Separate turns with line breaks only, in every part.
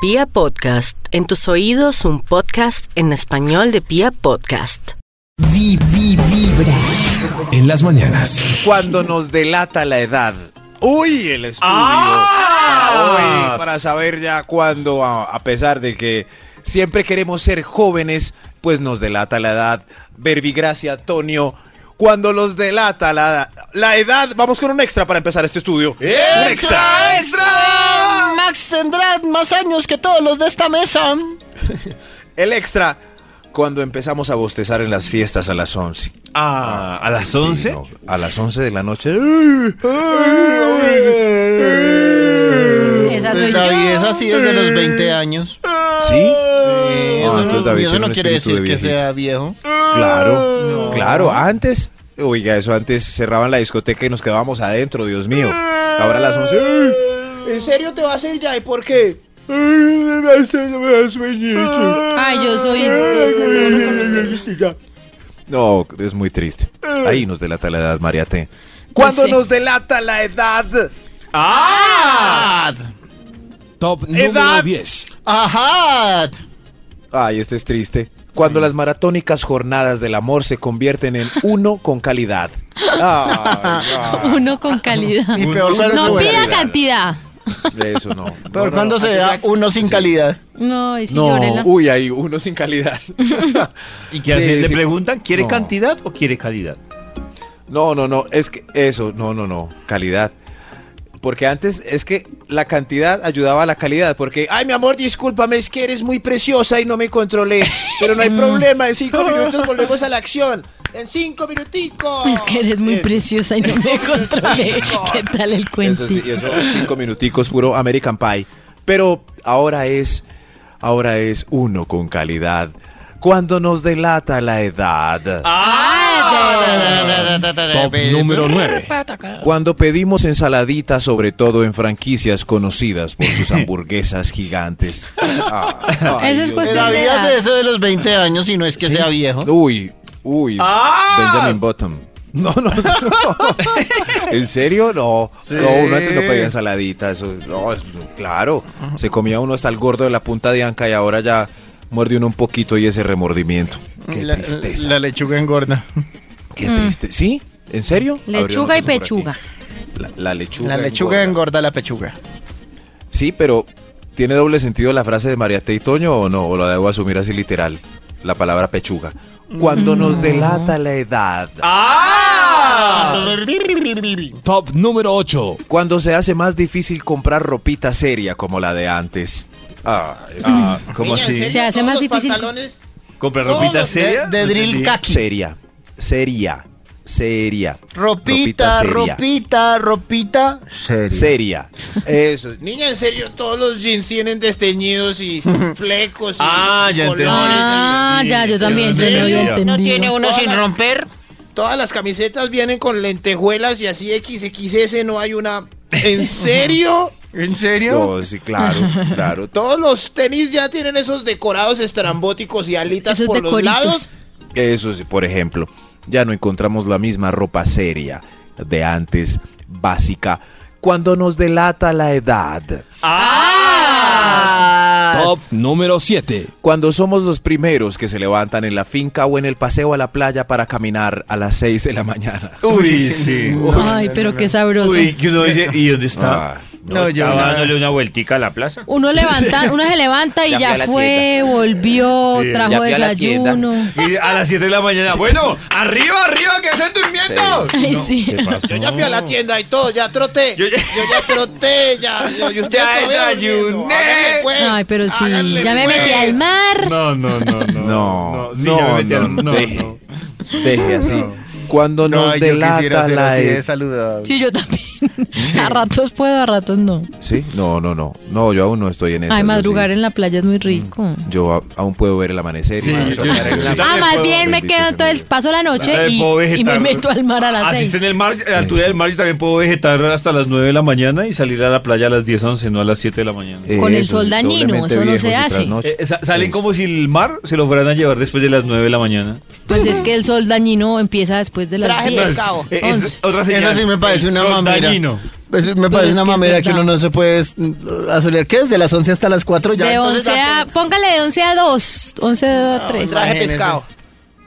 Pia Podcast, en tus oídos un podcast en español de Pia Podcast.
Vi, vi, vibra.
en las mañanas.
cuando nos delata la edad. Uy, el estudio. Para hoy, para saber ya cuándo, a, a pesar de que siempre queremos ser jóvenes, pues nos delata la edad. Verbigracia, Tonio. Cuando los delata la, la edad, vamos con un extra para empezar este estudio. ¡Un extra!
Max tendrá más años que todos los de esta mesa.
El extra, cuando empezamos a bostezar en las fiestas a las 11.
Ah, a las
Sí,
11.
no, a las 11 de la noche.
Esa soy yo.
David es así desde los 20 años.
¿Sí?
Eh,
Ah,
eso
entonces
no,
David
y eso
tiene
no
un
quiere
espíritu
decir
de
que
viejito.
sea viejo.
Claro, claro, antes, oiga, eso antes cerraban la discoteca y nos quedábamos adentro, Dios mío. Ahora las 11. "Ay, ¿En serio te vas a ir ya? ¿Y por qué? "Ay, me hace- me da sueñito".
Ay, yo soy de esas, debo reconocerlo.
No, es muy triste. Ahí nos delata la edad, María T. ¿Cuándo
Pues Sí.
nos delata la edad?
¡Ajad!
Top número
Edad.
10.
¡Ajad!
Ay, este es triste. Cuando las maratónicas jornadas del amor se convierten en uno con calidad. Ay, ay.
Uno con calidad.
Y peor cuando,
No
se,
pida cantidad.
Eso no. No, no,
peor cuando
no,
se
antes
da
era-
uno sin
sí.
calidad.
No, y si
No, Uh,
Llorela.
uy, ahí uno sin calidad.
¿Y qué
Sí,
hacen? Le
sí.
preguntan, ¿quiere
No.
cantidad o quiere calidad?
No, no, no, es que eso, no, no, no, calidad. Porque antes es que la cantidad ayudaba a la calidad, porque, ay, mi amor, discúlpame, es que eres muy preciosa y no me controlé, pero no hay
Mm.
problema, en cinco minutos volvemos a la acción, en cinco minuticos.
Es que eres muy
Eso.
preciosa y no me controlé. ¿Qué tal el cuento?
Eso sí, eso, cinco minuticos, puro American Pie. Pero ahora es, ahora es uno con calidad, cuando nos delata la edad.
Top número 9.
Cuando pedimos ensaladitas, sobre todo en franquicias conocidas por sus hamburguesas gigantes. Ay,
Ah, Eso es
Dios.
cuestión-
David hace eso de los 20 años y no es que sea viejo.
Uy, uy.
Ah.
Benjamin Button. No, no, no. no. ¿En serio? No. No, uno antes no pedía ensaladita. Eso, no, es- claro. Se comía uno hasta el gordo de la punta de anca y ahora ya muerde uno un poquito y ese remordimiento. Qué
La-
tristeza.
la lechuga engorda.
Qué triste. ¿Sí? ¿En serio?
Mm. Lechuga
Habría
y
uno que
pechuga.
por aquí. La, la lechuga.
La lechuga
engorda.
engorda la pechuga.
Sí, pero ¿tiene doble sentido la frase de María T. y Toño o no? ¿O la debo asumir así literal? La palabra pechuga. Cuando nos delata la edad.
Top número 8.
Cuando se hace más difícil comprar ropita seria como la de antes. Ah, es- ah,
¿Cómo así?
Se hace más difícil.
¿Comprar ropita
De,
seria?
de
No
drill
entendí.
kaki.
seria. Seria. Seria.
Ropita,
seria.
ropita, ropita.
Seria. Eso.
Niña, en serio, todos los jeans tienen desteñidos y flecos. y
Ah, ya entendí.
Ah, ya, yo también. Yo no había
No tiene
entendido.
uno sin
romper.
Todas las camisetas vienen con lentejuelas y así XXS no hay una. ¿En serio?
¿En serio?
No, sí, claro, claro. To-
Todos los tenis ya tienen esos decorados estrambóticos y alitas
Esos
por los
decoritos.
lados.
Eso sí, por ejemplo. Ya no encontramos la misma ropa seria de antes, básica. Cuando nos delata la edad.
Ah,
Top número 7.
Cuando somos los primeros que se levantan en la finca o en el paseo a la playa para caminar a las 6 de la mañana.
Uy, sí.
Ay, pero qué sabroso.
Uy, que uno dice, ¿y dónde está?
Ah,
no, yo
estaba
no.
dándole una vueltica a la plaza.
Uno levanta, uno se levanta y
Ya fui a
ya
la
fue, volvió,
Sí,
trajo
ya fui a la tienda.
desayuno.
Y a las 7 de la mañana, bueno, arriba, arriba, que están durmiendo.
Ay, sí.
¿Qué pasó?
Yo ya fui a la tienda y todo, ya troté.
Yo
Yo
ya-
ya, troté, ya. yo- Y usted
Ya
todavía durmiendo.
desayuné.
Hágale, pues,
Ay, pero sí.
hágale,
Ya me
pues.
metí al mar.
No, no, no, no.
No,
sí, ya me
no,
metí al-
no,
no,
deje.
no.
Deje así. Cuando nos
Ay, yo quisiera
delata
ser
la
así de
edad.
saludable.
Sí, yo también. A ratos puedo, a ratos no.
Sí, no, no, no. No, yo aún no estoy en eso.
Ay, madrugar en la playa es muy rico.
Yo a- aún puedo ver el amanecer. y
Sí,
madrugar
yo-
en la-
yo-
Ah,
Dale,
más
puedo.
bien me
pues, Bendito
quedo
sea
entonces,
Dios.
paso la noche
Eh,
y,
puedo Ah,
y me
vegetar.
meto al mar a las
Así
seis.
está en el mar, eh, a la altura
Eso.
del mar, yo también puedo vegetar hasta las 9 de la mañana y salir a la playa a las 10, 11, no a las 7 de la mañana.
Eh,
Con el
esos
sol dañino,
doblemente
eso no se
viejos y
hace.
trasnoche.
Eh, sa- salen
Eso.
como si el mar se lo fueran a llevar después de las 9 de la mañana.
Pues es que el sol dañino empieza después de las
Traje
diez.
pescado.
Eh, es
Once.
otra señal.
Esa sí me parece
El
una
sol
mamera.
dañino.
Eso me parece
Pero es
una
que es
mamera que
verdad.
uno no se puede mm, asolear. ¿Qué? Desde las 11 hasta las 4 ya.
De
entonces,
11 a... Póngale de 11 a 2. 11 a 3.
Traje
Imagínese.
pescado.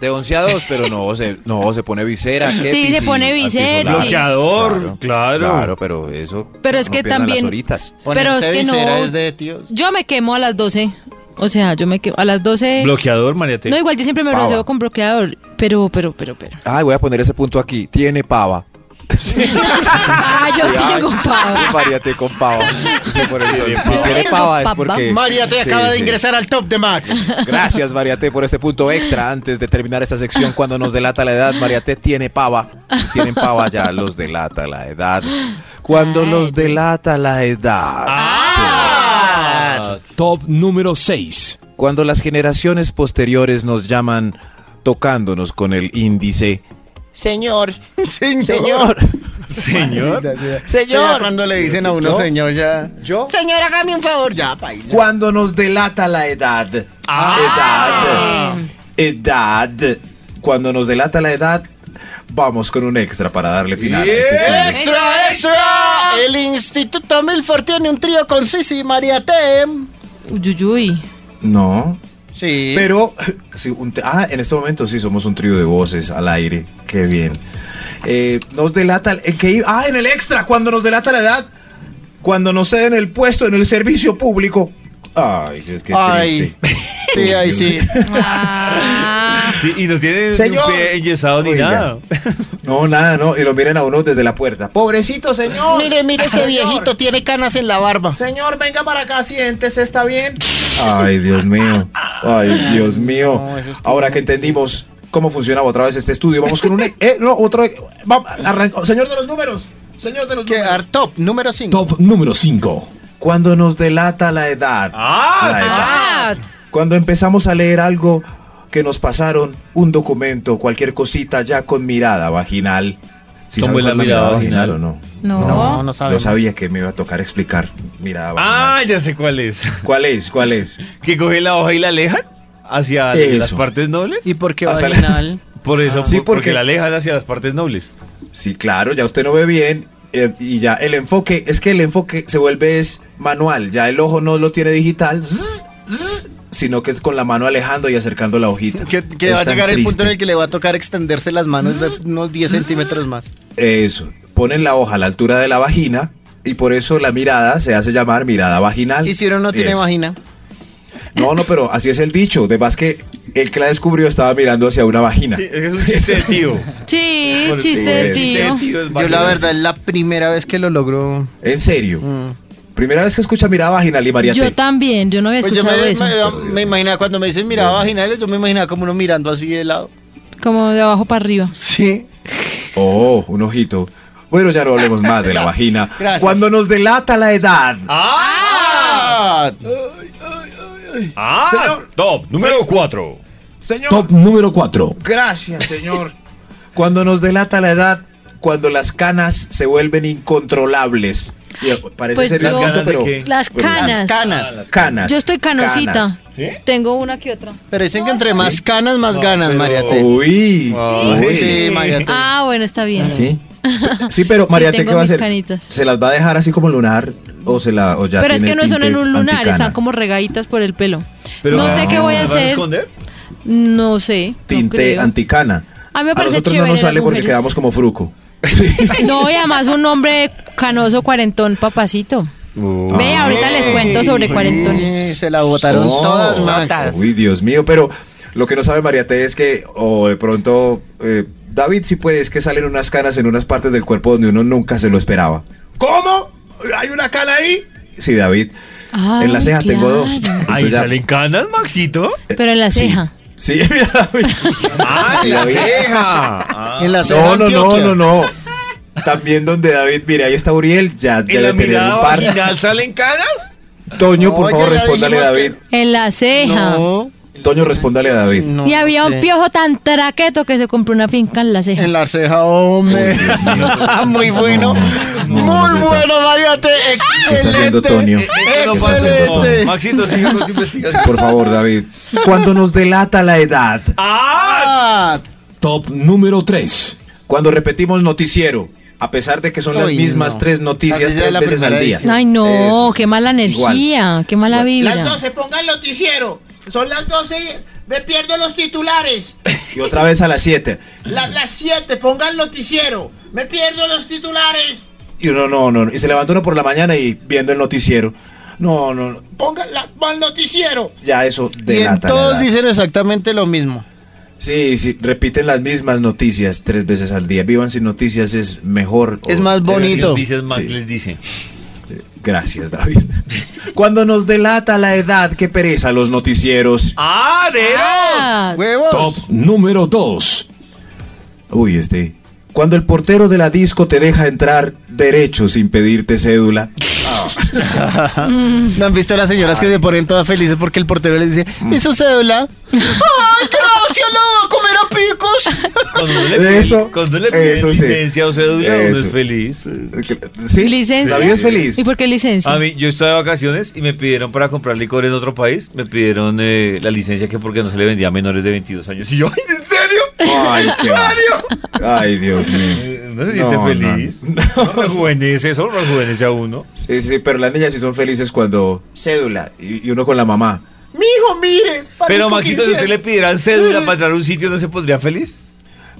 De 11 a 2, pero no, se, no, se pone visera. ¿qué?
Sí, se
Pisi-
pone visera,
antisolar.
sí.
Bloqueador, claro.
Claro, pero eso.
Pero es
no
que
pierdan
también-
Las horitas.
Pero es
ponerse
que no-
visera es de tíos.
Yo me quemo a las 12. O sea, yo me quemo a las 12.
Bloqueador, María T.
Eh, No, igual yo siempre me
Pava.
roceo con bloqueador. Pero, pero, pero, pero.
Ay, voy a poner ese punto aquí. Tiene pava.
Ah, yo
Ay,
tengo pava.
Párate con pava. Se pone el sol. Si
Yo
tiene
tengo
pava es
pava.
porque.
María te
Sí,
acaba de
sí.
ingresar al top de Max.
Gracias, Mariate, por este punto extra. Antes de terminar esta sección, cuando nos delata la edad, Mariate tiene pava. Si tienen pava ya, los delata la edad. Cuando
Ay.
los delata la edad.
Ah.
Ah,
Top número 6.
Cuando las generaciones posteriores nos llaman tocándonos con el índice.
Señor,
señor.
señor,
Señor.
Ya
señor.
cuando le dicen a uno
¿Yo?
señor ya.
¿Yo?
Señor, hágame un favor. Ya, paila.
Cuando nos delata la edad.
Ah.
Edad. Edad. Cuando nos delata la edad, vamos con un extra para darle final. a este segmento.
¡Extra, extra! El Instituto Milford tiene un trío con Sisi y María T.
Eh, Uyuyuy.
No.
Sí.
Pero, sí, un tri- ah, en este momento sí somos un trío de voces al aire. Qué bien. Eh, nos delata. ¿en qué iba? ah, en el extra, cuando nos delata la edad. Cuando nos ceden el puesto en el servicio público. Ay, es que
Ay.
triste.
Sí, ahí sí.
Ah.
Sí, y no tiene ni un
Señor.
pie enyesado ni
Oiga.
nada.
No, nada, no. Y lo miran a uno desde la puerta. Pobrecito señor.
Mire, mire, ese
Señor.
viejito tiene canas en la barba.
Señor, venga para acá, siéntese, está bien. Ay, Dios mío. Ay, Dios mío. Ahora que entendimos cómo funcionaba otra vez este estudio, vamos con un. Eh, no, otro. va- arranca- señor de los números. Señor de los
Que
números.
ar- top número 5.
Top número 5.
Cuando nos delata la edad. La edad.
Ah.
Cuando empezamos a leer algo que nos pasaron, un documento, cualquier cosita ya con mirada vaginal. Si
¿Cómo
saben
es la
cuál
mirada
o
vaginal?
no?
No.
No, no
Yo
sabemos.
sabía que me iba a tocar explicar mirada
Ah,
vaginal.
ya sé cuál es.
¿Cuál es? ¿Cuál es?
Que coge la hoja y la alejan hacia
Eso.
las partes nobles.
¿Y por qué
Hasta la-
vaginal?
Por eso,
Sí,
por- Ah. porque...
porque
la alejan hacia las partes nobles.
Sí, claro, ya usted no ve bien. eh, y ya el enfoque, es que el enfoque se vuelve es manual. Ya el ojo no lo tiene digital, zzz, zzz, sino que es con la mano alejando y acercando la hojita.
Que, que
Es
va a
tan
llegar el punto
triste.
en el que le va a tocar extenderse las manos de unos 10 centímetros más.
Eso. Ponen la hoja a la altura de la vagina y por eso la mirada se hace llamar mirada vaginal.
Y si uno no tiene
Eso.
vagina.
No, no, pero así es el dicho. Además que el que la descubrió estaba mirando hacia una vagina.
Sí, es un chiste de tío.
Sí,
Por-
chiste
sí,
de
es-
chiste de
tío.
tío es
Yo la
básico.
verdad es la primera vez que lo logro.
En serio.
Mm.
Primera vez que escucha mirada vaginal y María
Yo
T.
también, yo no había
Pues yo
escuchado
me,
eso.
me- me imaginaba cuando me dicen miraba vaginales, yo me imaginaba como uno mirando así de lado.
Como de abajo para arriba.
Sí.
Oh, un ojito. Bueno, ya no hablemos más de la vagina.
Gracias.
Cuando nos delata la edad.
Ah,
Ah, top número 4.
Señor,
Top número 4.
gracias, señor.
Cuando nos delata la edad, cuando las canas se vuelven incontrolables. Y, eh, Parece
Pues
ser
yo-
distinto,
¿Las
canas de
pero
qué?
Las
Pues,
canas.
las canas.
canas.
Yo estoy canosita.
canas.
¿Sí?
Tengo una que otra.
Pero dicen que entre más canas, más
No,
ganas,
pero-
María T.
Uy.
Uy.
Sí, María T.
Ah, bueno, está bien.
Sí. Sí, pero
Sí,
María, ¿te
tengo
¿qué va a
mis
hacer?
canitas.
¿Se las va a dejar así como lunar o se la o ya
Pero es
tiene
que no son en
tinte
un lunar,
anticana?
están como regaditas por el pelo. no sé qué voy a
¿Vas
hacer.
esconder?
No sé. no
tinte
creo.
anticana.
A mí me
A
parece
nosotros
chévere.
no nos
las
sale porque
mujeres.
quedamos como fruco.
No, y además un hombre canoso cuarentón, papacito.
Ah,
Uh.
Ve, ahorita les cuento sobre
Sí,
cuarentones.
se la botaron
Oh,
todas, Max.
Uy, Dios mío, pero lo que no sabe María T es que, o de pronto, eh, David sí puede, es que salen unas canas en unas partes del cuerpo donde uno nunca se lo esperaba.
¿Cómo? ¿Hay una cana ahí?
Sí, David.
Ah,
en la ceja tengo
claro.
dos.
Ahí
Entonces ya-
salen canas, Maxito.
Pero en la
Sí.
ceja.
Sí, mira, David.
Ah,
Sí,
la
David.
ceja.
En la
No,
ceja
no, no,
Antioquia.
no, no. También donde David, mira, ahí está Uriel, ya
¿En
debe
la
tener
mirada
un par.
vaginal salen canas?
Toño, por
Oye,
favor,
ya
respóndale a David.
dijimos
En la ceja.
No,
Toño, respóndale a David.
Mm.
no,
y había
no
un
sé.
piojo tan traqueto que se compró una finca en la ceja.
En la ceja, hombre. Muy bueno.
No, no,
Muy
se está-
bueno, María T.
¿Qué está haciendo Toño?
Eh,
Excelente.
Maxito, sigue con su investigación.
Por favor, David. Cuando nos delata la edad.
¡Ah!
Ah,
Top número 3.
Cuando repetimos noticiero. a pesar de que son las
Uy,
mismas
no.
tres noticias
Así ya
tres
la
veces al
primera
día.
edición.
Ay, no,
Eso
qué
es
mala
igual.
energía, qué mala vibra.
Las 12, ponga el noticiero. Son las 12 y me pierdo los titulares.
Y otra vez a las 7.
La- las 7, ponga el noticiero. Me pierdo los titulares.
Y uno, no, no, no. Y se levanta uno por la mañana y viendo el noticiero. No, no, no.
Ponga la, pon el noticiero.
Ya eso
Y en
delata. la
todos
edad.
dicen exactamente lo mismo.
Sí, sí, repiten las mismas noticias tres veces al día. Vivan sin noticias es mejor.
Es más bonito.
Noticias Max
Sí.
les dice.
Gracias, David. Cuando nos delata la edad, qué pereza los noticieros.
¡Ah, de
Ah,
¡Huevos!
Top número 2.
Uy, este. Cuando el portero de la disco te deja entrar derecho sin pedirte cédula.
¿No han visto las señoras que se ponen todas felices porque el portero les dice, ¿y su cédula? Mm. ¡Ay, gracias! ¡La voy a comer a picos!
Cuando le piden,
Eso,
cuando le piden
eso sí.
licencia o cédula, uno
Eso.
es feliz.
¿Sí?
¿Licencia?
David es feliz.
¿Y por qué licencia?
A mí, yo estaba de vacaciones y me pidieron para comprar licor en otro país, me pidieron eh, la licencia que porque no se le vendía a menores de 22 años. Y yo, ¡ay, en serio!
Ay, qué va- Ay, Dios mío.
Eh, ¿No se siente
No,
feliz?
no,
No, rejuvenece, solo rejuvenece a uno.
Sí, sí, pero las niñas sí son felices cuando cédula y, y uno con la mamá.
Mijo, mire.
Pero,
parezco
Maxito, si
15.
usted le pidieran cédula para entrar a un sitio, ¿no se pondría feliz?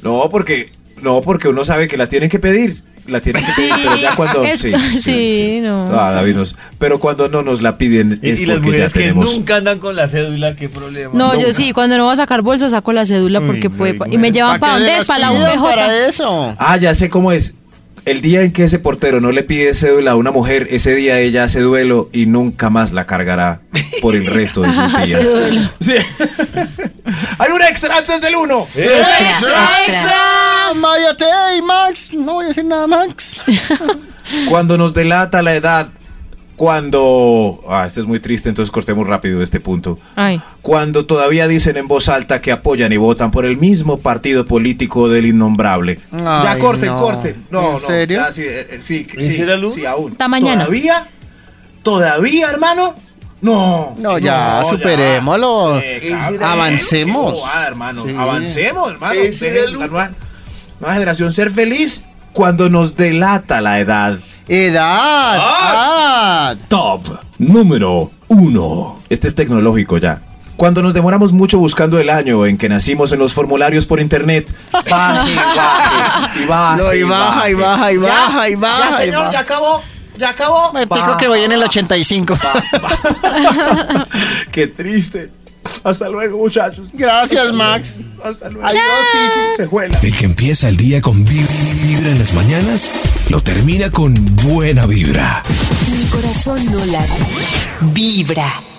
No, porque no, porque uno sabe que la tienen que pedir, la tienen que
Sí,
pedir, pero ya cuando
es-
sí,
sí, no.
Ah, David nos- pero cuando no nos la piden
Y,
es
y
porque
las
ya
mujeres que
tenemos.
nunca andan con la cédula, ¿qué problema? ¿Eh?
No, yo
Nunca.
sí, cuando no voy a sacar bolso, saco la cédula
Uy,
porque
no,
puede.
y
pa- Y
bueno.
me llevan
¿Pa'
para
qué
dónde
se
es,
las
para la
pidan
UPJ.
Para eso.
Ah, ya sé cómo es. El día en que ese portero no le pide cédula a una mujer, ese día ella hace duelo y nunca más la cargará por el resto de sus
Hace
días.
duelo.
Sí. Hay un extra antes del uno.
¡Extra, extra!
Ah, Mariate y Max. No voy a decir nada, Max.
Cuando nos delata la edad, cuando... Ah, esto es muy triste, entonces cortemos rápido este punto.
Ay,
Cuando todavía dicen en voz alta que apoyan y votan por el mismo partido político del innombrable. ya
Ay,
corten,
no.
corten.
¿En
No, no.
serio?
ya, sí, eh, eh, sí,
¿Ese
sí,
era el uno?
sí, aún.
Hasta mañana.
¿Todavía? ¿Todavía, hermano? No.
No, ya, superémoslo.
Ese era-
Avancemos.
Qué bobada, hermano.
Sí.
Avancemos, hermano.
Ese era el
la nueva, nueva generación ser feliz cuando nos delata la edad.
Edad.
Ah.
edad.
Top número 1.
Este es tecnológico ya. Cuando nos demoramos mucho buscando el año en que nacimos en los formularios por internet, baje, baje, y baje,
No, y baja, y baja, y baja, y baja.
Ya,
y
señor,
baja.
ya acabó. Ya acabó.
Me tico
Baja.
que voy en
Ah.
el 85.
Qué triste. Hasta luego, muchachos.
Gracias, Max.
Hasta luego.
Adiós, Sisi.
Se juela.
El que empieza el día con vi- vi- vibra en las mañanas, lo termina con buena vibra.
Mi corazón no late. Vibra.